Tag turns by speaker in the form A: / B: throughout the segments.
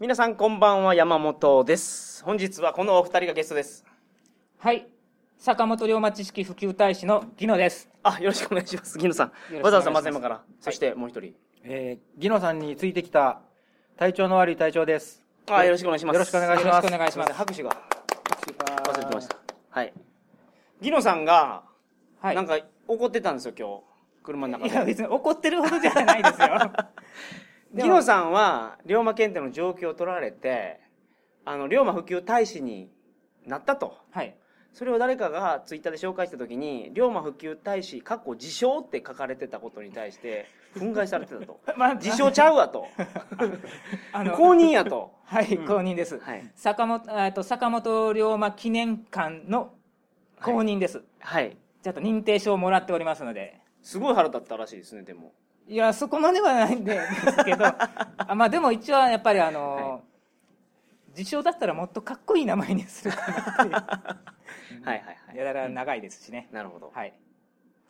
A: 皆さんこんばんは山本です本日はこのお二人がゲストです
B: はい。坂本龍馬知識普及大使のギノです。
A: あよろしくお願いしますギノさん
B: よろしくお願いします
A: わざわざ松山から、
B: はい
A: そしてもう一人
C: えー、ギノさんについてきた体調の悪い隊長です。
A: あよろしくお願いします
C: よろしくお願いし
B: よろ
C: ま
B: しくお
C: す。
B: 願いし
A: ま
B: ま
A: せ
B: す
A: ん。拍手が忘れてましたはいギノさんが、
B: はい。
A: なんか怒ってたんですよ今日車の
B: い
A: 中
B: や、
A: で
B: 別に怒ってるほどじゃな いですよ。でも
A: ギノさんは龍馬検定の上級を取られてあの龍馬普及大使になったと
B: はい。
A: それを誰かがツイッターで紹介した時に「龍馬普及大使」かっこ自称って書かれてたことに対して憤慨されてたと
B: まあ
A: 自称ちゃうわと
B: あの、
A: 公認やと
B: はい、
A: ん
B: 公認です。
A: はい
B: 坂本、えっと、坂本龍馬記念館の公認です。
A: はい
B: ちょっと認定証をもらっておりますので。
A: すごい腹立ったらしいですねでも
B: いや、そこまではないんで、で すけど、あまあでも一応やっぱりあのー、自称だったらもっとかっこいい名前にするかなっていう。
A: はいはいはい
B: いや、だから長いですしね。
A: なるほど
B: はい。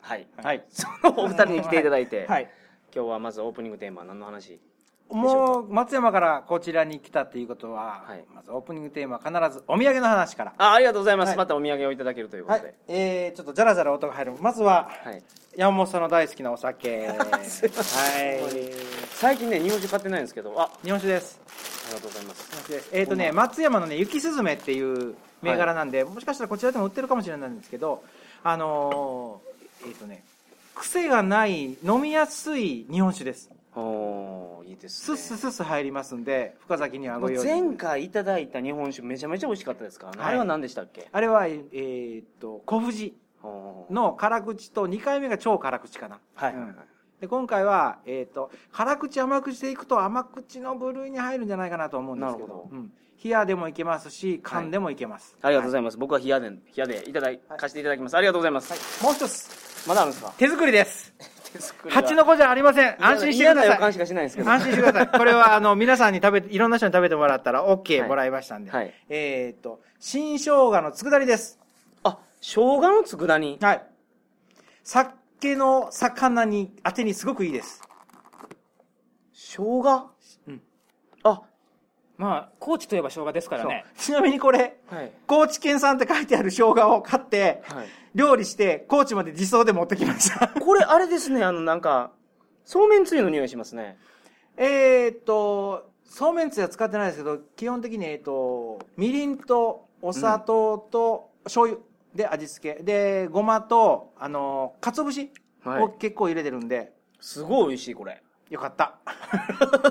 A: はい
C: はい。
A: そのお二人に来ていただい て、
B: はい。
A: 今日はまずオープニングテーマ何の話
C: もう、松山からこちらに来たっていうことは、
A: はい
C: まずオープニングテーマは必ずお土産の話から。
A: あありがとうございます、
C: はい
A: またお土産をいただけるというこ
C: は
A: とで
C: い。えー、ちょっとじゃらじゃら音が入る。まずは、
A: はい、
C: 山本さんの大好きなお酒。は
A: すいません本当に
C: い。
A: 最近ね日本酒買ってないんですけどああ
C: 日本酒です。
A: りがとうございます
C: えーとね、松山のね、雪すずめっていう銘柄なんで、もしかしたらこちらでも売ってるかもしれないんですけど、あのー、えーとね、癖がない、飲みやすい日本酒です。
A: おーいいです
C: スッ
A: ね
C: スッスッスッ入りますんで、深崎には
A: も
C: ご用
A: う
C: 意。
A: 前回いただいた日本酒めちゃめちゃ美味しかったですからね、
C: はい
A: あれは何でしたっけ
C: あれは、えーっと、小藤
A: おー
C: の辛口と2回目が超辛口かな。
A: はい、
C: うんで、今回は、えーっと、辛口甘口でいくと甘口の部類に入るんじゃないかなと思うんですけ
A: なる
C: ど
A: ほ、ど
C: うん。冷やでもいけますし、缶でもいけます。
A: ありがとうございます、僕は冷やで冷やでいただい
C: はい
A: 貸していただきますありがとうございます、
C: もう一つ、
A: まだあるんですか
C: 手作りです。
A: 手作
C: 蜂の子じゃありません。安心してく
A: 嫌
C: だ
A: な予
C: さ
A: 感
C: い。
A: しかしないんですけど
C: 安心してください。これは、あの、皆さんに食べ、いろんな人に食べてもらったら
A: は
C: OK
A: い
C: もらいましたんで。
A: はい
C: えーっと、新生姜の佃煮です。
A: あ生姜の佃煮
C: はい。酒の魚に当てにすごくいいです。
A: 生姜
C: うん
A: あ
B: まあ、高知といえば生姜ですからね。
C: そうちなみにこれ、
A: はい
C: 高知県産って書いてある生姜を買って、
A: はい
C: 料理して、高知まで自走で持ってきました。
A: これあれですねあのなんかそうめんつゆの匂いしますね
C: えーっと、そうめんつゆは使ってないですけど、基本的に、えーっと、みりんと、お砂糖と、醤油で味付け。で、ごまと、あの、かつお節
A: はい
C: を結構入れてるんで、
A: すごい美味しいこ れ
C: よか った。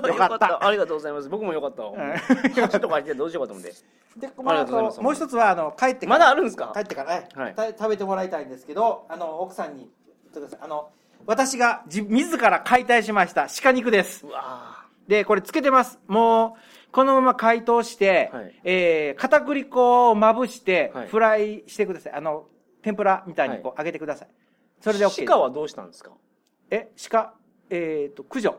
A: よ
C: よかった。
A: ありがとうございます僕もよかったわ
C: うん
A: 蜂とか入ってどうしようかと思って
C: で、
A: ありがとうございます
C: もう一つは、あの、帰ってから
A: まだあるんですか
C: 帰ってから、ね
A: はい
C: た食べてもらいたいんですけど、あの、奥さんに言ってください。あの、私が自自ら解体しました鹿肉です
A: う。わ
C: で、これつけてます。もう、このまま解凍して、
A: はい
C: えー、片栗粉をまぶして
A: はい、
C: フライしてください。あの、天ぷらみたいにこう、揚げてください。それで OK です。
A: 鹿はどうしたんですか
C: え、鹿、えっ、と、駆除。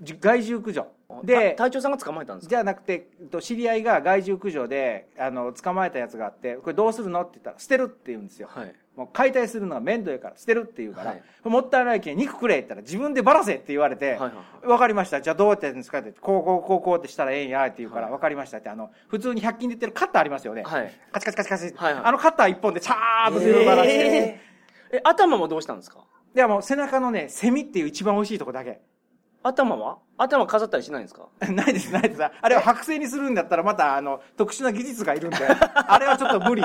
C: じ害獣駆除。
A: で
C: で、
A: 隊長さんが捕まえたんですか
C: じゃなくて、えっと知り合いが害獣駆除で、あの、捕まえたやつがあって、これどうするのって言ったら、捨てるって言うんですよ。
A: はい
C: もう解体するのは面倒やから捨てるって言うから、
A: はい
C: もったいないけん肉くれって言ったら自分でバラせって言われて、
A: い
C: わ
A: はいは
C: かりました。じゃあどうやってやるんですかって、こうこうこうこうってしたらええんやって言うから、
A: はい
C: わかりましたって、あの、普通に100均で売ってるカッターありますよね。
A: はい
C: カチカチカチカチ、
A: はいはい
C: あのカッター一本でチャーッと全部バラして。
A: えーえ頭もどうしたんですか
C: で、あの、背中のね、セミっていう一番美味しいとこだけ。
A: 頭は頭飾ったりしないんですか
C: ないです、ないです。あれは剥製にするんだったらまた、あの、特殊な技術がいるんで、 あれはちょっと無理。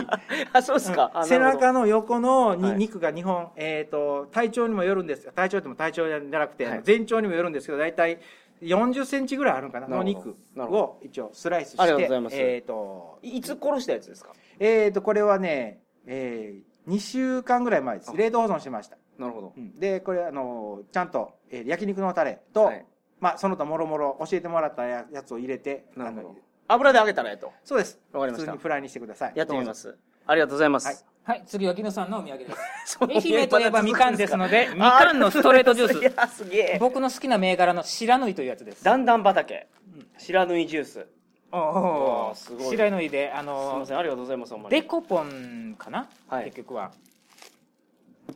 A: あそうですか、あ
C: 背
A: なるほど
C: 中の横のに
A: はい
C: 肉が2本、えっ、と、体長にもよるんです体長っても体長じゃなくて、
A: はい
C: 全長にもよるんですけど、だいたい40センチぐらいあるんかな、
A: なる
C: の
A: ほど
C: 肉
A: なるほ
C: を一応スライスして、
A: ありがとうございます
C: えっ、と、
A: いいつ殺したやつですか
C: えっ、と、これはね、え2週間ぐらい前で
A: あ
C: す。冷凍保存してました。
A: なるほど
C: うんで、これ、あの、ちゃんと、えー焼肉のタレと、
A: はい
C: まあ、その他もろもろ教えてもらったややつを入れて、
A: なるほ
C: あ
A: ど
C: の
A: 油で揚げたらええと
C: そうです。
A: わかりました
C: 普通にフライにしてください。。
A: やってみますすありがとうございます、
C: はい
B: はい、次は木野さんのお土産です。
A: そう
B: 愛媛といえばみかんです ので、み
A: まだ続くんですか
B: かんのストレートジュ
A: い
B: ース。
A: やすげえ
B: 僕の好きな銘柄の白縫いというやつです。
A: だんだん畑白縫いジュースす
B: お
A: うわすごい
B: 白縫いで、あ
A: みま
B: の
A: せ、んありがとうございますほんまに
B: デコポンかな、
A: はい
B: 結局は。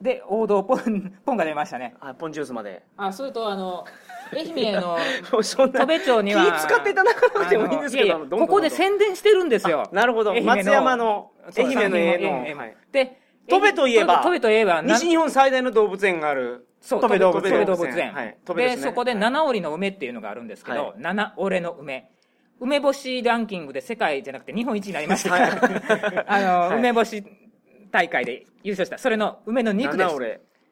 B: で、王道ポン、ポンが出ましたね。
A: あポンジュースまで
B: あ、それとあの、愛媛の
A: もうそんな
B: 戸
A: 気
B: 部町には
A: 使っていただかなくてもいいん ですけど
B: あのややここで
A: せん
B: 宣伝してるんですよ
A: なるほど
B: 愛媛の
A: 松山の愛
B: そう
A: 媛の絵の
B: 愛媛
A: はい
B: で
A: 戸部といえば
B: 戸部といえばな
A: 西日本最大の動物園がある
B: そう
A: 戸部動物
B: 戸部動物園、
A: はい戸部で
B: です
A: ね
B: そこで七折の梅っていうのがあるんですけど、
A: はい
B: 七折の梅梅干しランキングで世界じゃなくて日本一になりました、 あの、
A: はい
B: 梅干し大会で優勝したそれの梅の肉です
A: 七折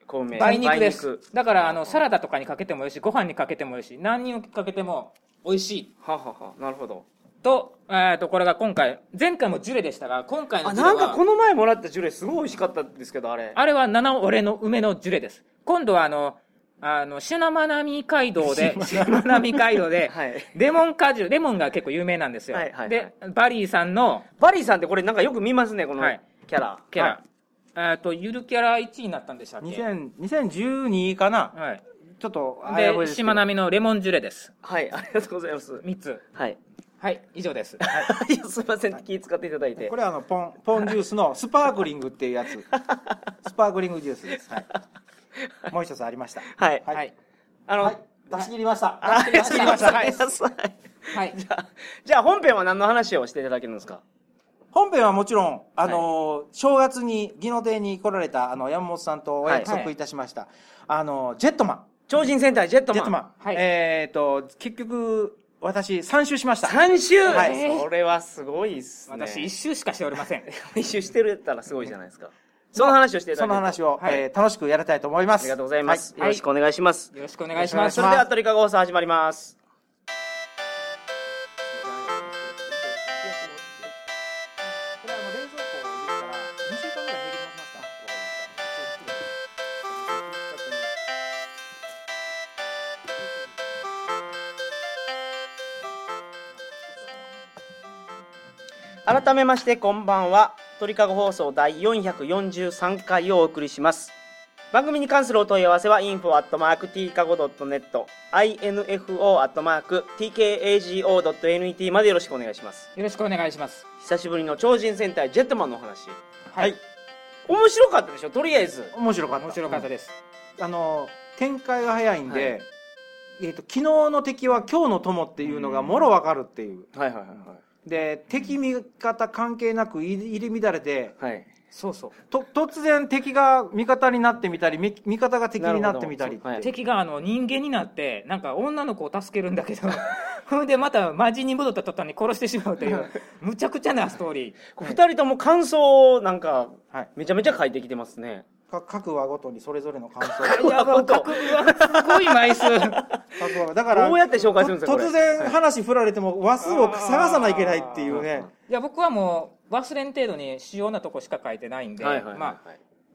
A: 孔明
B: 梅肉です
A: 梅肉
B: だからあのサラダとかにかけてもよしご飯にかけてもよし何にもかけても美味しい
A: はははなるほど
B: と,、えー、とこれが今回前回もジュレでしたが今回の
A: あ
B: ジュレは
A: なんかこの前もらったジュレすごい美味しかったですけどあれ
B: あれは七俺の梅のジュレです。今度はあの、あの、シュナマナミ街道で、 シュナマナミ街道 で、
A: はい
B: レモン果汁、レモンが結構有名なんですよ。
A: はいはいはい
B: で、バリーさんの
A: バリーさんってこれなんかよく見ますねこの
B: はい
A: キャラ
B: キャラ、えっと、ゆるキャラ1位になったんでしたっけ
C: 2000 2012かな
B: はい。
C: ちょっとあやふや
B: で、
C: です
B: し
C: け
B: ま
C: ど
B: なみのレモンジュレです。
A: はいありがとうございます
B: 3つ。
A: はい
B: はい、以上です。
A: いやすいません気使っていただいて
C: これはあのポンポンジュースのスパークリングっていうやつスパークリングジュースです、はい、もう一つありました
A: はい
C: はい、
B: はい。
A: あの
C: はい出し切りました
A: あ
C: 出し切りました
A: ごめんなさい
B: はい。
A: じゃあじゃあ本編は何の話をしていただけるんですか
C: 本編はもちろん、あのー正月に技能亭に来られたあの山本さんとお約
B: は
C: 束
B: い
C: いたしました、あのジェットマン
A: 超人戦隊ジェット
C: ジェ
A: マ
C: ット
A: ン
C: マン、
B: はい
C: えっ、と結局私3周しました
A: 三周、
C: はい
A: それはすごいっすね
B: 私、一周しかしておりま せん。
A: 一周してるやったらすごいじゃないですかその話をしていただけ
C: その
A: ると
C: 話を、
B: はい
C: えー楽しくやりたいと思います
A: ありがとうございます、
B: はい
A: よろしくお願いします、
B: よろしくお願いしま
A: そ
B: す
A: れ。では鳥かご放送始まります
C: これあの冷蔵庫を入れたら2週間ぐらい平気で持ちますから
A: 改めましてこんばんは鳥かご放送第443回をお送りします番組に関するお問い合わせは info.tkago.net info.tkago.net までよろしくお願いします
B: よろしくお願いします。
A: 久しぶりの超人戦隊ジェットマンのお話
B: はい。
A: 面白かったでしょとりあえず
C: 面白かった
B: 面白かったです。
C: あの展開が早いんで、
A: はい
C: えー、と昨日の敵は今日の友っていうのがもろわかるっていう、
A: はいはいは
C: で敵味方関係なく入り入り乱れて
A: いはい
B: そうそう。
C: と突然敵が味方になってみたりみ味方が敵になってみたりって
A: なるほどそう
B: 敵があの人間になってなんか女の子を助けるんだけど それでまた魔人に戻った途端に殺してしまうというむちゃくちゃなストーリー
A: 二人とも感想をなんか
C: はい、
A: めちゃめちゃ書いてきてますね
C: か各話ごとにそれぞれの感 想
A: うわ
B: もう
A: 本当
B: 格はすごい枚数
C: 各話だから
A: どうやって紹介するんですかこ
C: と
A: れ
C: 突然話振られても話数を探さないといけないっていうね
B: いや僕はもう忘れん程度に主要なとこしか書いてないんで、
A: はいはいはいはい
B: まあ、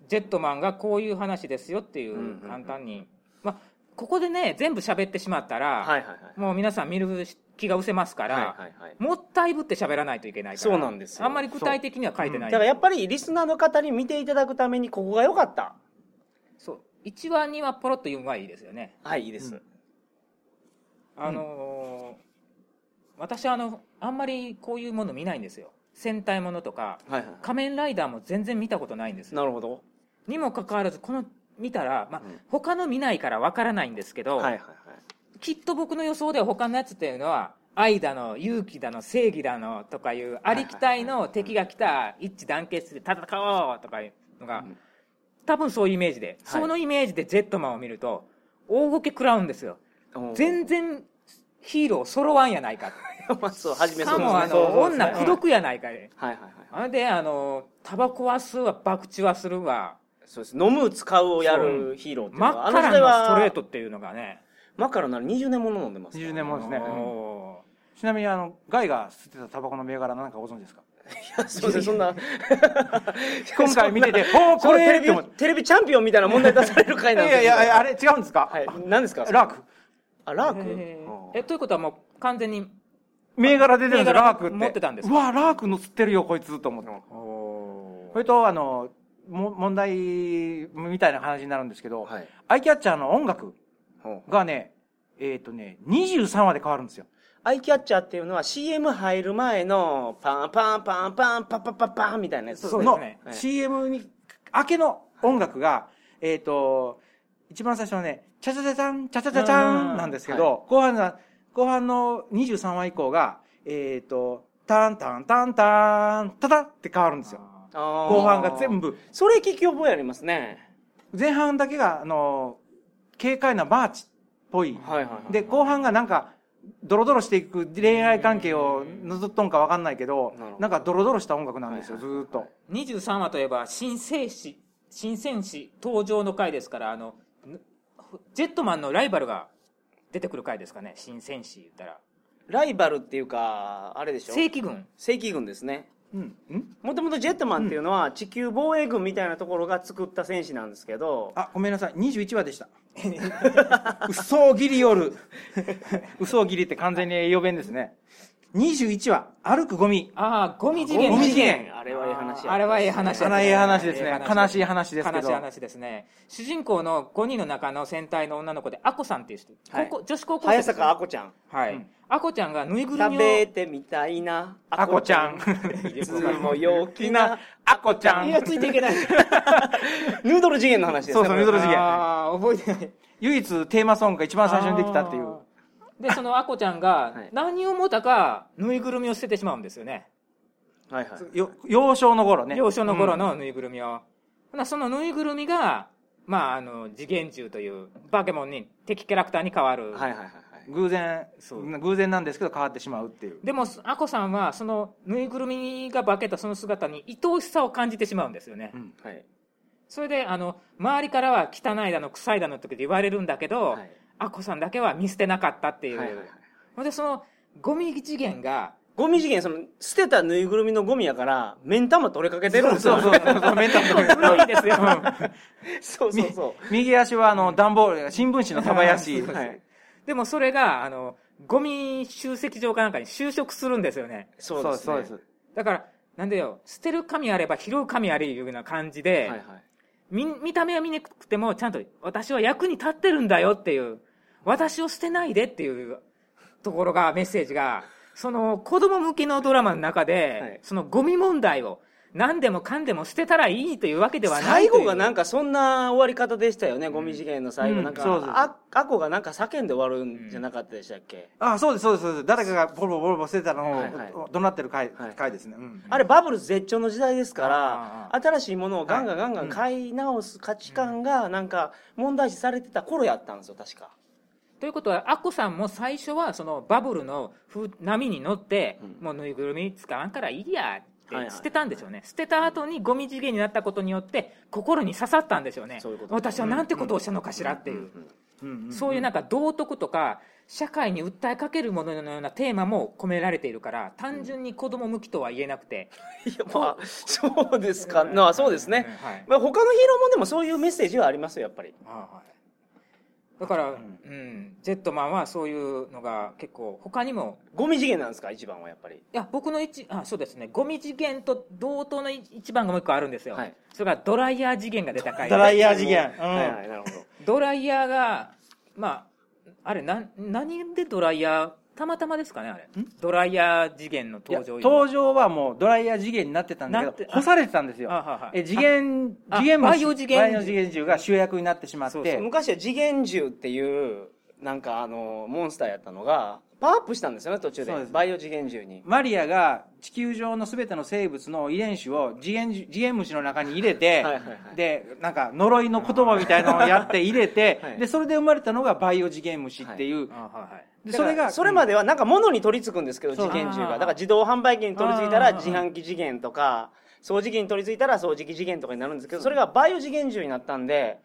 B: ジェットマンがこういう話ですよってい
A: うんうん
B: う
A: うん
B: 簡単に、まあ、ここでね全部喋ってしまったら、
A: はいはいはい
B: もう皆さん見る気が失せますから、
A: はいはいはい
B: もったいぶって喋らないといけないから
A: そうなんですよ
B: あんまり具体的には書いてな
A: だ
B: い
A: からやっぱりリスナーの方に見ていただくためにここが良かった
B: そう1話2話ポロッと言うのがいいですよね
A: はいいいです、
C: うん
B: あのー私あのあんまりこういうもの見ないんですよ戦隊ものとか
A: はいは
B: 仮面ライダーも全然見たことないんです
A: なるほど
B: にもかかわらずこの見たら、まあ
A: うん
B: 他の見ないからわからないんですけど、
A: はいはいはい
B: きっと僕の予想では他のやつっていうのは愛だの勇気だの正義だのとかいうありきたりの敵が来た一致団結して戦おうとかいうのが、
A: うん
B: 多分そういうイメージで、
A: はい
B: そのイメージでジェットマンを見ると大ごけ食らうんですよ
A: おー
B: 全然ヒーロー揃わんやないか
A: まあそう初め
B: し
A: そう
B: か
A: で
B: もあ
A: すねそう
B: の
A: そうですね
B: 女口説くやないかで、
A: はいはいはい
B: あれであのタバコは吸うわ爆打はするわ
A: そうです飲む使うをやるヒーローっていうの
B: 真
A: は
B: っ赤なストレー
A: ト
B: トっていうのがね
A: マカロンなら20年もの飲んでます
C: 20年ものですね
B: お
C: ちなみにあのガイが吸ってたタバコの銘柄なんかご存知 ですか
A: すいません そん な
C: 今回見て てほう
A: こ
C: こ
A: れ
C: れ
A: テ
C: って
A: レ
C: 思っ
A: ビテレビチャンピオンみたいな問題出される回
C: い
A: なんです
C: や
A: け
C: い
A: ど
C: やいやあれ違うんですか、
A: はい何ですか
C: ラーク
A: あラー
B: ー
A: ク
B: えということはもう完全に
C: 銘柄出てるんで
B: 銘
C: す
B: 柄
C: ラークって
B: 持ってたんですか
C: うわラークの吸ってるよこいつと思ってそれとあのも問題みたいな話になるんですけど、
A: はい
C: アイキャッチャーの音楽
A: ほう
C: がねえっ、とね23話で変わるんですよ
A: アイキャッチャーっていうのは CM 入る前のパンパンパンパンパンパンパンパンみたいなやつ
B: そうです
C: の
B: ね
A: はい
C: CM に明けの音楽が、えっ、と一番最初はね、チャチャチャチャン、チャチャチャチャ
B: うん
C: ンなんですけど、後半が、後半の23話以降が、えっ、と、タンタンタンタン、タタンって変わるんですよ。
B: あ
C: 後半が全部。
A: それ聞き覚えありますね
C: 前半だけが、あの、軽快なバーチっぽい。
A: はいはい、はい、
C: で、後半がなんか、ドロドロしていく恋愛関係を覗っとんかわかんないけど
A: なるほど、
C: なんかドロドロした音楽なんですよ、ずーっと。
B: 23話といえば新生死新戦士登場の回ですからあのぬジェットマンのライバルが出てくる回ですかね新戦士言ったら
A: ライバルっていうかあれでしょ
B: 正規軍
A: 正規軍ですね
C: うん。ん
A: もともとジェットマンっていうのは地球防衛軍みたいなところが作った戦士なんですけど
C: あ、ごめんなさい。21話でした。嘘ギリ夜。嘘ギリって完全に栄養弁ですね。21話、歩くゴミ。
B: ああゴミ次元
C: ゴミ
A: 事
C: 次
A: 件
C: 元
A: あれはいい話や
B: あれはいい話やった
C: 悲しい話ですね。悲しい話ですけ
B: 悲しい
C: ど。
B: 話ですね主人公の5人の中の戦隊の女の子でアコさんっていう人、
A: はい
B: 高校女子高校生
A: 早
B: です
A: 坂あこちゃん
B: はい、
C: うん
B: アコちゃんがぬいぐる
A: 食
B: みを
A: べてみたいな
C: あこちゃん。
A: いつも陽気な
C: あこちゃ
A: いや
C: ん。
A: ついていけない ヌードル次元の話ですね
C: そうそ
A: これ
C: うヌードル次元
B: ああ覚えてない
C: 唯一テーマソングが一番最初にできたっていう。
B: あーでそのアコちゃんが
A: はい
B: 何をもたかぬいぐるみを捨ててしまうんですよね
A: はいはい
C: よ幼少の頃ね。
B: 幼少の頃のぬいぐるみを、ほなそのぬいぐるみがまああの次元獣というバケモンに敵キャラクターに変わる、
A: はいはいはいはい
C: うん。偶然
B: そう、
C: 偶然なんですけど変わってしまうっていう。
B: でもアコさんはそのぬいぐるみが化けたその姿に愛おしさを感じてしまうんですよね、
C: うん
A: はい
B: それであの周りからは汚いだの臭いだのって言われるんだけど、
A: はい
B: アコさんだけは見捨てなかったっていう、
A: はいはいはい
B: ほんでそのゴミ次元が
A: ゴミ次元その捨てたぬいぐるみのゴミやから目ん玉取れかけてるんですよ
C: そうそうそう。メンタルの
B: 黒いんです よ、
A: そうそうそう
C: 右足はあの段ボール、新聞紙の束やし。
A: はいはい
B: でもそれが、あの、ゴミ集積場かなんかに就職するんですよね。
A: そう
C: そ
A: で
C: うですす、
A: ね
C: そうです。
B: だから、なんでよ、捨てる神あれば拾う神ありいうような感じ
A: は
B: で、
A: いはい
B: み見た目は見なくても、ちゃんと私は役に立ってるんだよっていう、私を捨てないでっていうところが、メッセージが、その子供向けのドラマの中で、
A: はい
B: そのゴミ問題を何でもかんでも捨てたらいいというわけではない
A: 最
B: という
A: 後がなんかそんな終わり方でしたよね、ゴミ次元の最後
C: うん
A: なんか、
C: そうそうそう
A: ああこがなんか叫んで終わるんじゃなかったでしたっけ、
C: あそうです、そうです、そうです。誰かがボロボロボロボロ捨てたのを、
A: はいはい
C: 怒鳴ってる回、
A: はい
C: 回ですね。うん
A: あれバブル絶頂の時代ですから
B: あー
A: 新しいものをガンガンガンガン買い直す価値観がなんか問題視されてた頃やったんですよ確か
B: ということは、アッコさんも最初はそのバブルの風波に乗って、
A: うん
B: もうぬいぐるみ使わんからいいや
A: はいは
B: って
A: い
B: 捨てたんでしょうね、捨てた後にゴミ次元になったことによって、心に刺さったんでしょうね、
A: そういうこと
B: 私はなんてことをしたのかしらっていう、
C: うんうん
B: そういうなんか道徳とか、社会に訴えかけるもののようなテーマも込められているから、単純に子供向きとは言えなくて、
A: いやまあそうですか、まあ、そうですね、
B: はい
A: まあ、他のヒーローもんでもそういうメッセージはありますよやっぱり
B: だから、うん
C: ん
B: ジェットマンはそういうのが結構、他にも
A: ゴミ次元なんですか一番はやっぱり
B: いや僕の一あそうですねゴミ次元と同等のい一番がもう一個あるんですよ、
A: はい
B: それがドライヤー次元が出た回
C: ドライヤー次元。うん
A: はいはいなるほど
B: ドライヤーがまああれなん何でドライヤーたまたまですかねあれドライヤー次元の
C: いや
B: 登場
C: 登場はもうドライヤー次元になってたんだ
B: なっ
C: け
B: て
C: ど、干されてたんです
B: あ
C: よ。
B: はいはい
C: え次元、
B: あ
C: 次元虫
B: バイオ次元
C: バイオ次元獣が主役になってしまって、
B: そうそ
A: 昔は次元獣っていうなんかあのモンスターやったのがパワーアップしたんですよね途中で
C: そうです
A: バイオ次元獣に
C: マリアが地球上のすべての生物の遺伝子を次元次元虫の中に入れ
A: は
C: て、
A: いはいはい
C: で、なんか呪いの言葉みたいなのをやって入れて、
A: はい
C: で、それで生まれたのがバイオ次元虫っていう、
B: あはいはい
C: でそれ
A: だか
C: が
A: らそれまではなんか物に取り付くんですけど
C: そう
A: 次元獣
B: あ
A: がだ
B: ー
A: から自動販売機に取り付いたら
B: あー
A: 自販機次元とか掃除機に取り付いたら掃除機次元とかになるんですけどそれがバイオ次元獣になったんで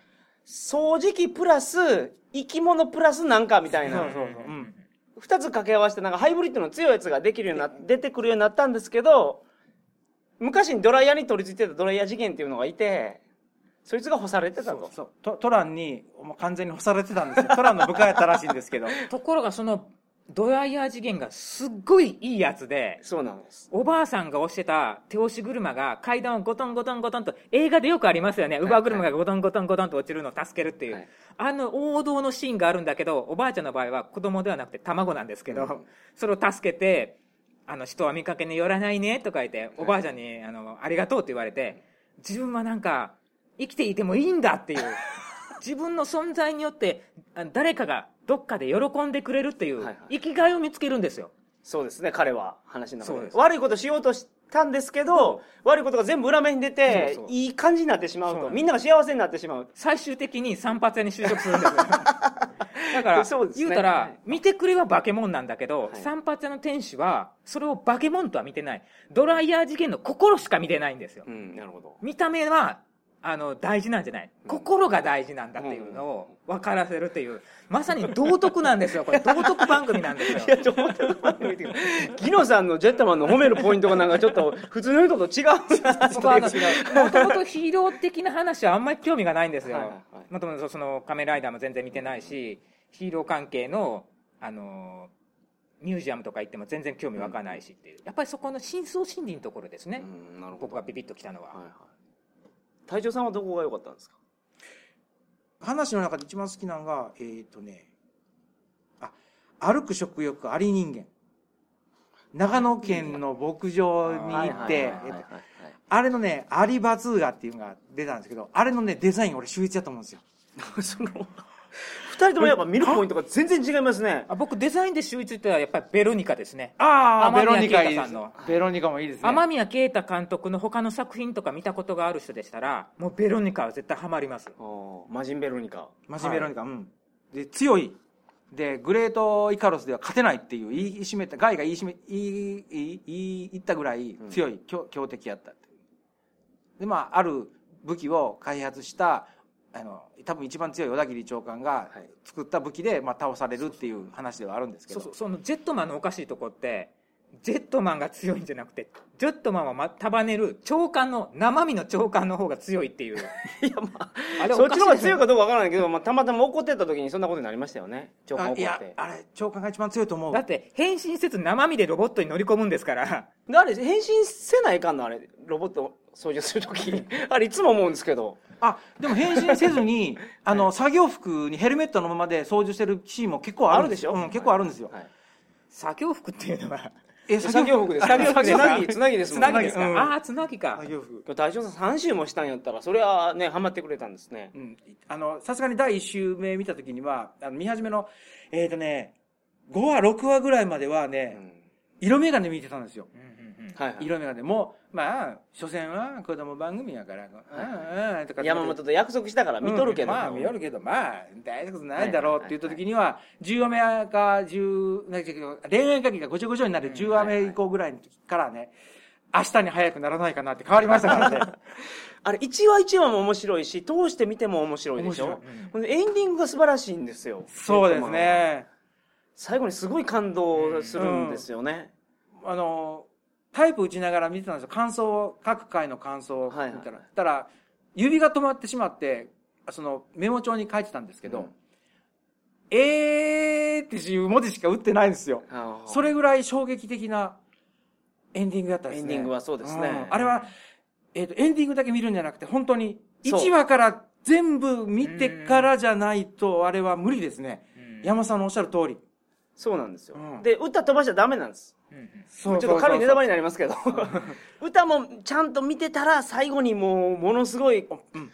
A: 掃除機プラス生き物プラスなんかみたいな
C: そうそうそううん
A: 2つ掛け合わせてなんかハイブリッドの強いやつができるようにな出てくるようになったんですけど昔にドライヤーに取り付いてたドライヤー事件っていうのがいてそいつが干されてたと
C: そうトトランにもう完全に干されてたんですよトランの部下やったらしいんですけど
B: ところがそのドライヤー次元がすっごいいいやつで
A: そうなんです
B: おばあさんが押してた手押し車が階段をゴトンゴトンゴトンと映画でよくありますよね、ウバ車がゴトンゴトンゴトンと落ちるのを助けるっていう、
A: はい
B: あの王道のシーンがあるんだけどおばあちゃんの場合は子供ではなくて卵なんですけど、
A: うん
B: それを助けてあの人は見かけによらないねとか言っておばあちゃん にあのありがとうって言われて自分はなんか生きていてもいいんだっていう自分の存在によってあ誰かがどっかで喜んでくれるってい
A: はいうはい
B: 生きがいを見つけるんですよ。
A: そうですね、彼は話の中
B: そう
A: で
B: で。す
A: 悪いことしようとしたんですけど、悪いことが全部裏目に出て、
B: そうそう
A: いい感じになってしまう
B: そう
A: と。
B: なんです
A: みんなが幸せになってしまう。
B: 最終的に散髪屋に就職する んですよ。だから、
A: そうですね
B: 言うたら、
A: はい
B: 見てくれは化け物なんだけ
A: は
B: ど、
A: い
B: 散髪屋の店主は、それを化け物とは見てない。ドライヤー事件の心しか見てないんですよ。
A: うん、なるほど。
B: 見た目は、あの、大事なんじゃない。心が大事なんだっていうのを分からせるっていう、まさに道徳なんですよ。これ、道徳番組なんですよ。
A: いや、ちょっと待って、ギノさんのジェットマンの褒めるポイントがなんかちょっと普通の人と違う。
B: 僕はあの、もともとヒーロー的な話はあんまり興味がないんですよ
A: はいはいはい。
B: もともとその仮面ライダーも全然見てないし、ヒーロー関係の、あの、ミュージアムとか行っても全然興味湧かないしっていう。やっぱりそこの深層心理のところですね。
A: うんなるほど。
B: 僕がビビッときたのは。
A: はいはい。隊長さんはどこが良かったんですか
C: 話の中で一番好きなのが、えっ、とね、あ、歩く食欲あり人間。長野県の牧場に
B: はい
C: 行
B: は
C: っ
B: い
C: て、えっとあれのね、アリバツーガっていうのが出たんですけど、あれのね、デザイン俺秀逸だと思うんですよ。
A: その、二人ともやっぱ見るポイントが全然違いますね。
B: あ僕デザインで秀逸ってのはやっぱりベロニカですね。
C: あ
B: 天
C: ベ
B: 宮
C: ロニカいい
B: 啓太
C: で
B: さ
C: す
B: んの。
C: ベロニカもいいですね。
B: 天宮啓太監督の他の作品とか見たことがある人でしたら、もうベロニカは絶対ハマります。
A: あーマジンベロニカ。
C: マジベロニカ、うん。で、強い。で、グレートイカロスでは勝てないっていう、言いしめた、ガイが言いしめ、言い、言い、言い言ったぐらい強い強強敵やったっていうで、まあ、ある武器を開発した、あの、多分一番強い小田切長官が
A: はい
C: 作った武器で、まあ、倒されるっていう話ではあるんですけ
B: そ
C: ど。
B: うそう、そのジェットマンのおかしいとこって、ジェットマンが強いんじゃなくて、ジェットマンはま束ねる長官の、生身の長官の方が強いっていう。
A: いや、ま
B: あ
A: あ、
B: れ
A: そ
B: お
A: っ
B: か
A: ち
B: しい
A: の
B: ですね
A: 方が強いかどうかわからないけど、まあ、たまたま怒ってた時にそんなことになりましたよね。長官
C: あ
A: 怒っ
C: いや
A: て、。
C: あれ、長官が一番強いと思う
B: だ。って、変身せず生身でロボットに乗り込むんですから、
A: であれ、変身せないかんのあれ、ロボット操縦するとき。あれ、いつも思うんですけど。
C: あ、でも変身せず に、あの、作業服にヘルメットのままで操縦してるシーンも結構あるんですよ。うん、結構あるんですよ。
A: はい
B: 作業服っていうのは、
C: え、
A: 作業服です。作業服つなぎ、つなぎですも
B: つ
A: ん
B: なぎですか、
C: うん
B: ああ、つなぎか
C: 作。業服。
A: 今日大将さん3周もしたんやったら、それはね、ハマってくれたんですね。
C: うん、あの、さすがに第1週目見たときには、あの、見始めの、えっ、とね、5話、6話ぐらいまでは
A: う
C: ね、
A: ん
C: 色眼鏡見てたんですよ。
B: うんうんうん
A: はいはい。
C: 色眼鏡。もう、まあ、所詮は子供番組やから、うんうんとか
A: 山本と約束したから見とるけど。
C: うんまあ、見とる
A: け
C: けど、まあ、大したことないだろうって言った時には、10話目か、10、なんか恋愛関係がごちょごちょになる10話目以降ぐらいの時からね、明日に早くならないかなって変わりましたからね。
A: あれ、1話1話も面白いし、通して見ても面白いでしょ
C: 面。
A: ほんでエンディングが素晴らしいんですよ。
C: そうです。ね。
A: 最後にすごい感動するんですよね。
C: あの、タイプ打ちながら見てたんですよ。感想を、各回の感想を見たら。
A: はいはいはい
C: たら、指が止まってしまって、そのメモ帳に書いてたんですけど、
A: うん
C: えーっていう文字しか打ってないんですよ。
A: あー
C: それぐらい衝撃的なエンディングだったですね。
A: エンディングはそうですね
C: んあれは、えっ、と、エンディングだけ見るんじゃなくて、本当に、
A: そう
C: 1話から全部見てからじゃないと、あれは無理ですね。
B: うん
C: 山さんのおっしゃる通り。
A: そうなんですよ。
C: うん
A: で、歌飛ばしちゃダメなんです。
B: うんうん
C: ちょ
A: ちょっと軽いネタバ
C: レ。
A: レになりますけど。 歌もちゃんと見てたら、最後にもう、ものすごい、
C: うん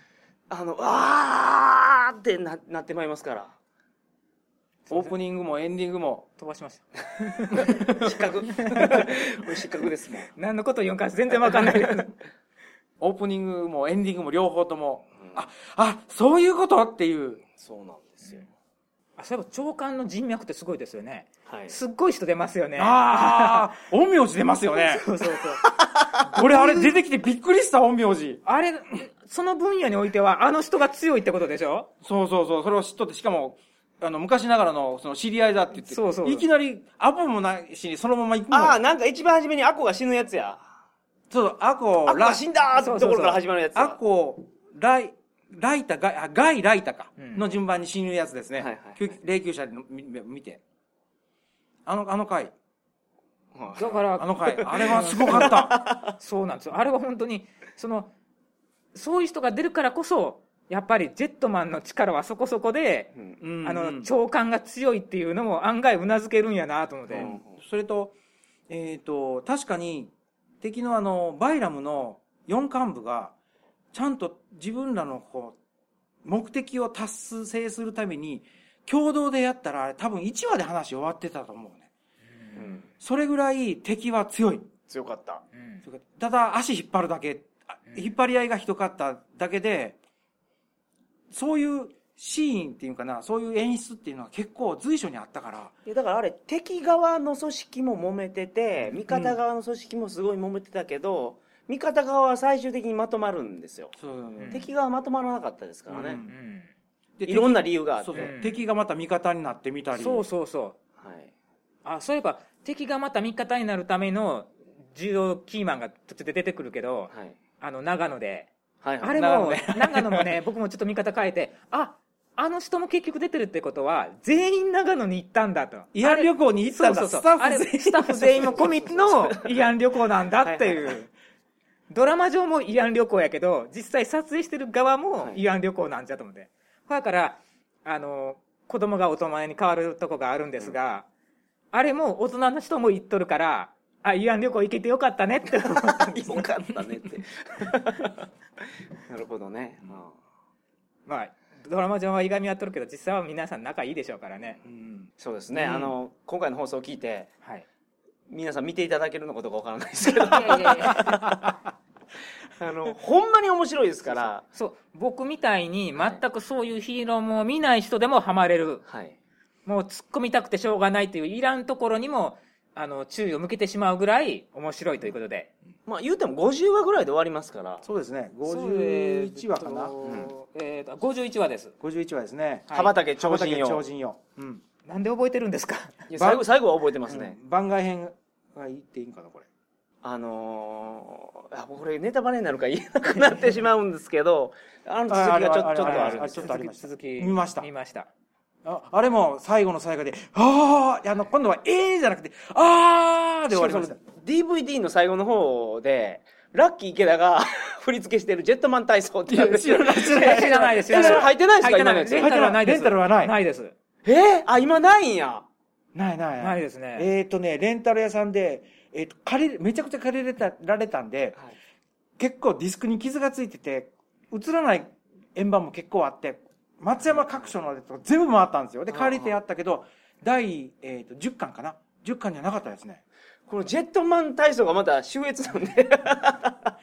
A: あの、わーってななってまいりますから。
C: オープニングもエンディングも、
B: 飛ばしました。
A: 失格。失格ですもん。
B: 何のこと言うんか全然わかんないけど。
C: オープニングもエンディングも両方とも、あ、あ、そういうことっていう。
A: そうなんですよ。
B: あ、そういえば長官の人脈ってすごいですよね。
A: はい。
B: すっごい人出ますよね。
C: ああ、陰陽師出ますよ ね。
B: そうそうそう。
C: 俺あれ出てきてびっくりした陰陽師。
B: あれ、その分野においては、あの人が強いってことでしょ
C: そうそうそう、それを知っとって、しかも、あの、昔ながらの、その、知り合いだって言って、
B: そうそう
C: いきなり、アポもないしに、そのまま行くの。
A: ああ、なんか一番初めにアコが死ぬやつや。
C: そうそう、アコ、
A: アコが死んだーってところから始まるやつや。
C: アコ、ライ、ライタ、ガイ、あガイ、ライタか、
B: うん
C: の順番に死ぬやつですね。
A: はいはいはい
C: 救霊柩車で見見て。あの、あの回、
A: はい
B: だから、
C: あの回、あれはすご かった。
B: そうなんですよ。あれは本当に、その、そういう人が出るからこそ、やっぱりジェットマンの力はそこそこで、
A: うん
C: うん
B: あ
C: うん
B: の、長官が強いっていうのも案外うなずけるんやなと思って。
A: うん
C: それと、えっ、と、確かに、敵のあの、バイラムの4幹部が、ちゃんと自分らのこう、目的を達成するために、共同でやったら、あれ多分1話で話終わってたと思うね。
A: うん、
C: それぐらい敵は強い。
A: 強かった。
B: うん
C: ただ足引っ張るだけ、あ
B: うん
C: 引っ張り合いがひどかっただけで、そういうシーンっていうかな、そういう演出っていうのは結構随所にあったから、
A: いやだからあれ敵側の組織も揉めてて味方側の組織もすごい揉めてたけど、味方側は最終的にまとまるんですよ、
C: そう
B: うん
A: 敵側はまとまらなかったですからね、
C: う
B: う
C: ん
B: ん
C: で
A: いろんな理由があって
C: そうそう
B: うん
C: 敵がまた味方になってみたり。
B: そうそうそう
A: はい、
B: あそういえば敵がまた味方になるための重要キーマンが途中で出てくるけど
A: はい
B: あの長野で
A: はい
B: あれ
C: 長野
B: も
C: ね
B: 長野もね 僕もちょっと見方変えてああの人も結局出てるってことは全員長野に行ったんだと
C: 慰安旅行に行ったん
B: そ
C: だ。
B: うそう
C: ス
B: そ
C: タ
B: う
C: ッフ全
B: あ
C: 員
B: れスタッフ全員も込みの慰安旅行なんだっていうドラマ上も慰安旅行やけど実際撮影してる側も
A: はい
B: 慰安旅行なんじゃと思って、だからあの子供が大人に変わるとこがあるんですが、あれも大人の人も行っとるからあ慰安旅行行けてよかったねって思ったんです
A: よかったねって なるほどね、まあ、
B: まあドラマ上はいがみ合っとるけど実際は皆さん仲いいでしょうからね
C: うん
A: そうですね、
B: うん
A: あの今回の放送を聞いて
B: はい
A: 皆さん見ていただけるのかどうかわからないですけど
B: いやいやいや
A: あのほんまに面白いですから
B: そう僕みたいに全くそういうヒーローも見ない人でもハマれる、
A: はい
B: もう突っ込みたくてしょうがないといういらんところにもあの注意を向けてしまうぐらい面白いということで、
A: まあ言うても50話ぐらいで終わりますから
C: そうですね。51話かな。
B: そうえーとえーと51話です、
C: 51話ですね。
A: 羽ばたけ超人よ
C: 羽ばたけ超人よ。うん。
B: なんで覚えてるんですか
A: いや最後最後は覚えてますね、
C: うん番外編が言っていいんかな、これ。
A: あのー、あこれネタバレになるから言えなくなってしまうんですけどあの続きがちょちょっとあるん
C: あ
A: です
C: ちょ
A: よ
C: っとありました
B: 続き
C: 見ました
B: 見ました
C: ああれも最後の最後で、あーあの、今度はえーじゃなくて、あーで終わりました
A: し。かもその DVD の最後の方でラッキー池田が 振り付けしてるジェットマン体操っていう知らない知
B: らない知らないです
A: えそれ入ってないですか
B: 入って
A: 今のやつ
B: ないレンタルはないです
C: レンタルはない
B: ないです
A: えーあ今ないんや
C: ないない
B: ないですね
C: えっ、とね、レンタル屋さんで、えっ、と、借り、めちゃくちゃ借りれた、られたんで、結構ディスクに傷がついてて、映らない円盤も結構あって、松山各所のとこ全部回ったんですよ。で、借りてやったけど、第、えっ、と、10巻かな ?10 巻じゃなかったですね。
A: このジェットマン体操がまた秀逸なんで
C: あ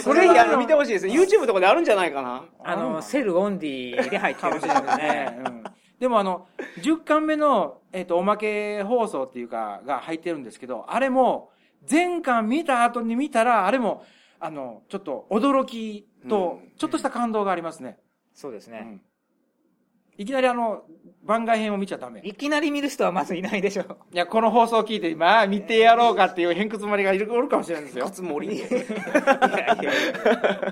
A: それぜひあの見てほしいですね YouTube とかであるんじゃないかな
B: あ
C: あるん
B: の
C: だ
B: セルオンリーで入って
C: か
B: る
C: も
B: んで
C: しれない
B: す ね
C: ね。うんでもあの、10巻目の、えっ、と、おまけ放送っていうか、が入ってるんですけど、あれも、前巻見た後に見たら、あれも、あの、ちょっと驚きと
A: うん、
C: ちょっとした感動がありますね。
B: そうです
C: う
B: ね、
C: んいきなりあの、番外編を見ちゃダメ。い
B: いきなり見る人はまずいないでしょう
C: や、この放送を聞いて、まあ、見てやろうかっていう偏屈まりがいるおるかもしれないですよ。
A: 靴も降りんで
B: いやいやいや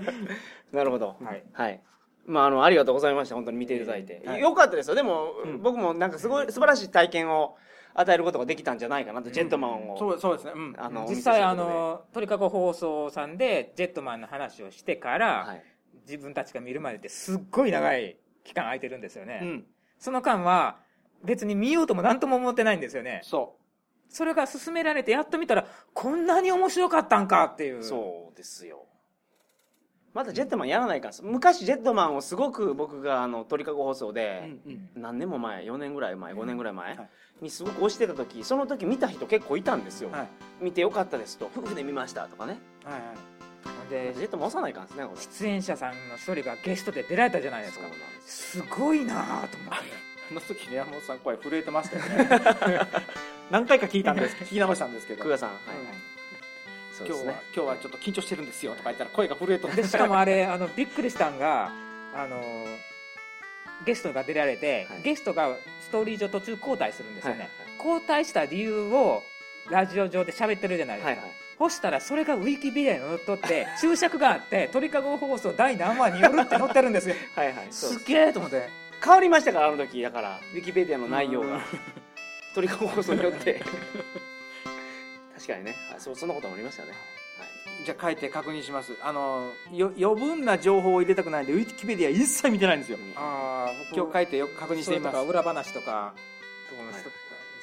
A: なるほど
B: はい
A: はい。まあ、あの、ありがとうございました。本当に見ていただいて。
C: はい
A: よかったですよ。でも、
C: うん
A: 僕もなんかすごい、素晴らしい体験を与えることができたんじゃないかなと、ジェントマンを。
C: そう、そうですね。うん。
A: あの、お見せ
B: 実
A: すること
B: 際
A: で
B: あ、の鳥かご放送さんでジェットマンの話をしてから、
A: はい。
B: 自分たちが見るまでってすっごい長い期間空いてるんですよね、
C: うん。
B: その間は別に見ようとも何とも思ってないんですよね
C: そ
B: それが勧められてやっと見たらこんなに面白かったんかっていう
A: そうですよ。まだジェットマンやらないから昔ジェットマンをすごく僕があの鳥かご放送
C: う。う
A: で、
C: んうん。
A: 何年も前4年ぐらい前5年ぐらい前
C: はい
A: にすごく推してた時その時見た人結構いたんですよ、
C: はい。
A: 見てよかったですと夫婦で見ましたとかね
C: はいはい。
A: ジ
B: で
A: ェットマン押さないかんですねこれ
B: 出演者さんの一人がゲストで出られたじゃないです
A: そう
B: か
A: なんです
B: すごいなぁと思って
C: あの時ね山本さん声震えてましたよね 何回か聞いたんです聞き直したんです けど
A: 久我さんはい、そうで
C: 今日
A: す
C: は
A: ね
C: 今日はちょっと緊張してるんですよとか言ったら声が震えとって
B: でしかもあれあのびっくりしたんがあのゲストが出られて、
A: はい
B: ゲストがストーリー上途中交代するんですよね、
A: はい
B: 交代した理由をラジオ上で喋ってるじゃないですか、
A: はいはい
B: そしたらそれがウィキペディアに載っとって注釈があって「鳥かご放送第何話による」って載ってるんですよ
A: はいはいそうです
B: すげえと思って
A: 変わりましたからあの時だからウィキペディアの内容が鳥かご放送によって確かにねあそうそんなこともありましたね、
C: じゃあ書いて確認しますあのよ余分な情報を入れたくないんでウィキペディア一切見てないんですよ
A: はい
B: ああ
C: 今日書いてよく確認してみます
B: とか裏話とかとかも一
A: はい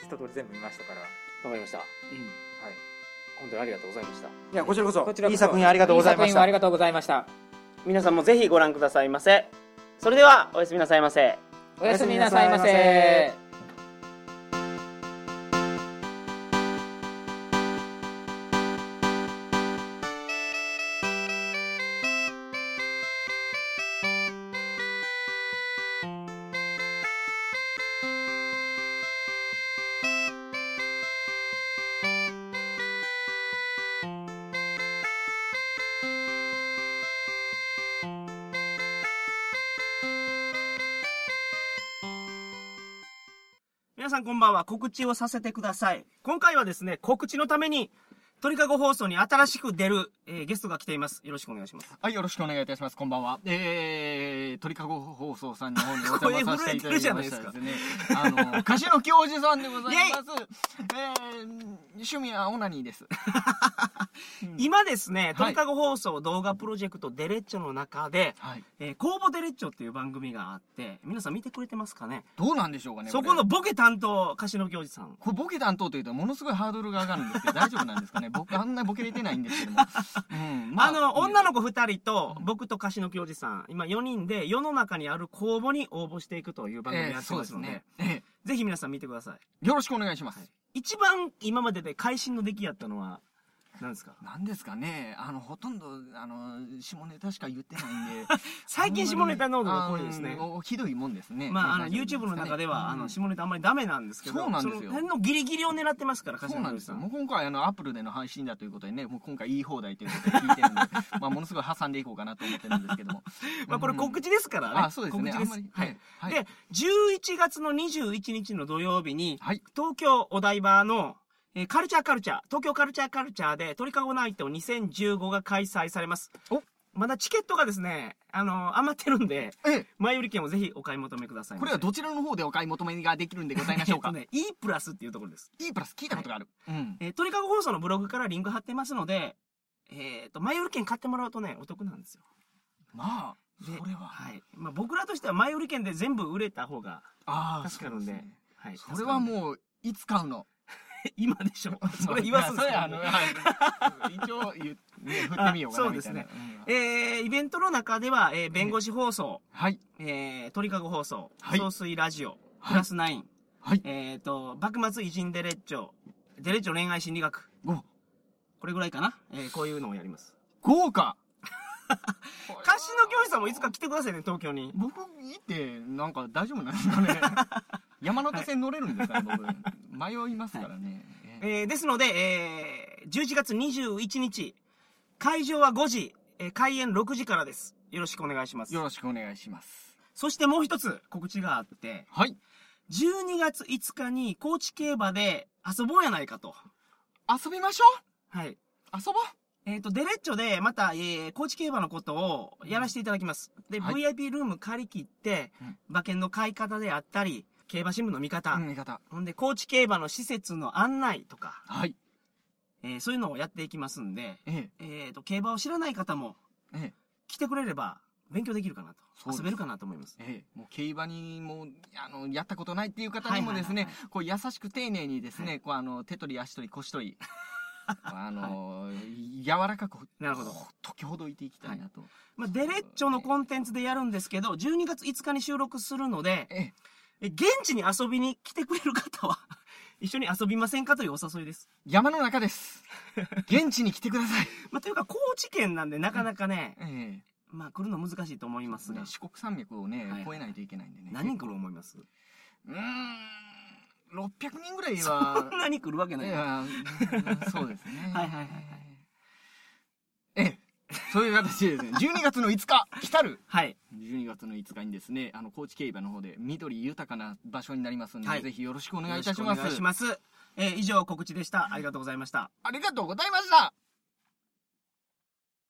B: 一通り全部見ましたから、は
A: わかりました
C: うん
B: い、
A: 本当にありがとうございました
C: いやこちらこそ
B: こちらこそ
C: いい作品ありがとうございま
B: いい作
C: し
B: 品を
C: た
B: ありがとうございました
A: 皆さんもぜひご覧くださいませそれではおやすみなさいませ
B: おやすみなさいませ。
A: 皆さんこんばんは告知をさせてください今回はですね告知のために鳥かご放送に新しく出る、えーゲストが来ていますよろしくお願いします
D: はい、よろしくお願いいたします。こんばんは。えー、鳥かご放送さんの方にお
A: 声
D: 邪魔させていただきましたですね。あの、歌手の教授さんでございます。えー、趣味はオナニーです。
A: 今ですね、
D: は
A: 鳥
D: い
A: かご放送動画プロジェクトデレッチョの中で、
D: はい。
A: えー、公募デレッチョっていう番組があって、皆さん見てくれてますかね
D: どうなんでしょうかね
A: そこの
D: れ
A: ボケ担当、柏野教授さん。
D: これボケ担当というとものすごいハードルが上がるんです けど、大丈夫なんですかね僕、あんなボケれてないんですけども。うん、
A: あの、女
D: の
A: の子二人と、僕と柏野教授さん、今4人で世の中にある公募に応募していくという番組
D: え
A: や
D: ー、
A: って
D: そう
A: ま
D: ですす
A: ので、
D: ね。え
A: ぜひ皆さん見てください。
D: ーよろしくお願いします。
A: 一番今までで会心の出来やったのは、何ですか
D: なんですかねあの、ほとんど、あの、下ネタしか言ってないんで。
A: 最近下ネタ濃度が濃いですね
D: あ。のおひどいもんですね。
A: まあ、あの、
D: 大丈夫です
A: YouTube
D: かね
A: の中では、あ
D: う
A: の、
D: ん
A: 下ネタあんまりダメなんですけど、
D: そうなんですよ
A: の辺のギリギリを狙ってますから、
D: そ
A: 柏
D: う
A: 野
D: な
A: 教
D: んで
A: 授
D: す
A: さ
D: よ。
A: ん。
D: もう今回、あの、アップルでの配信だということでね、もう今回言い放題ということで聞いてる んで、まあ、ものすごい挟んでいこうかなと思ってるんですけども。
A: まあこれ告
D: 知、
A: 知ですからね。
D: あ、そうですね。
A: 告知
D: あん
A: です
D: まり。
A: はい。
D: はい。
A: で、11月の21日の土曜日に、
D: はい。
A: 東京お台場の、えーカルチャーカルチャー、東京カルチャーカルチャーで鳥かごナイト2015が開催されます。
D: お
A: まだチケットがですね、あのー余ってるんで、
D: ええ、
A: 前売り券をぜひお買い求めくださいま
D: こ
A: せ。
D: れはどちらの方でお買い求めができるんでございましょう
A: え
D: か
A: っと。ね、E プラスっていうところです。
D: いいプラス聞いたことがある。うん。
A: えー鳥かご放送のブログからリンク貼ってますので、えっ、と、前売り券買ってもらうとね、お得なんですよ。
D: まあ、そ
A: で
D: れは。
A: はい。まあ僕らとしては前売り券で全部売れた方が
D: ああ、
A: 助かるんで、
D: そうすね
A: はい。
D: それはもう、いつ買うの
A: 今でしょ。 それ言わすんです
D: いや
A: か、
D: それあ の、はい一応言う、ね、振ってみようかな、みたいな。
A: あそ
D: うん
A: えー、イベントの中では、えー、弁護士放送、
D: はい。
A: えー、鳥かご放送、
D: はい
A: 総水ラジオ、プラスナイン、
D: はい。
A: えっ、と、幕末偉人デレッチョ、デレッチョ恋愛心理学、
D: お
A: これぐらいかな、えー、こういうのをやります。
D: 豪華
A: 歌詞の教師さんもいつか来てくださいね、東京に。
D: 僕、いて、なんか大丈夫なんですか ね山手線乗れるんですかね、僕。迷いますからね。え
A: えー、ですので、えー、11月21日、会場は5時、えー、開演6時からです。よろしくお願いします
D: よ。ろしくお願いします。
A: そしてもう一つ告知があって、
D: はい。
A: 12月5日に高知競馬で遊ぼうやないかと。
D: 遊びましょう
A: はい。
D: 遊ぼう
A: えっ、と、デレッチョで、また、えー、高知競馬のことをやらせていただきます。で、
D: はい
A: VIP ルーム借り切って
D: うん、
A: 馬券の買い方であったり、競馬新聞の見方、
D: うん味方。
A: ほんで、高知競馬の施設の案内とか、
D: はい。
A: えーそういうのをやっていきますんで、
D: ええ。
A: えっ、と、競馬を知らない方も
D: ええ。
A: 来てくれれば、勉強できるかなと。
D: そうです
A: 遊べるかなと思います。
D: ええ、もう競馬にもう、あの、やったことないっていう方にもです
A: はい
D: ね
A: はいは、
D: こう優しく丁寧にですね、
A: は
D: こうあの、手取り足取り腰 取り、あの、柔らかく、
A: なるほど
D: ほっときほどいていきたいなと。
A: まあ、デレッチョのコンテンツでやるんですけど、12月5日に収録するので、
D: ええ、
A: え現地に遊びに来てくれる方は、 一緒に遊びませんかというお誘いです。
D: 山の中です。現地に来てください。
A: まあ、というか、高知県なんでなかなかね、
D: え
A: まあ来るの難しいと思い
D: え
A: ますが、
D: ね四国山脈をね、
A: はいはい
D: 越えないといけないんでね。
A: 何人来る思います
D: うーん、600人ぐらいは
A: そん、なに来るわけないい。。
D: や、そうです ね
A: はいはいはいはい
D: ええ、そういう形でですね、12月の5日、来たる
A: はい。
D: 12月の5日にですね、あの、高知競馬の方で緑豊かな場所になりますので、
A: はい
D: ぜひよろしくお
A: お
D: 願いいたします。
A: お願いします。えー以上告知でした。ありがとうございました。
D: ありがとうございました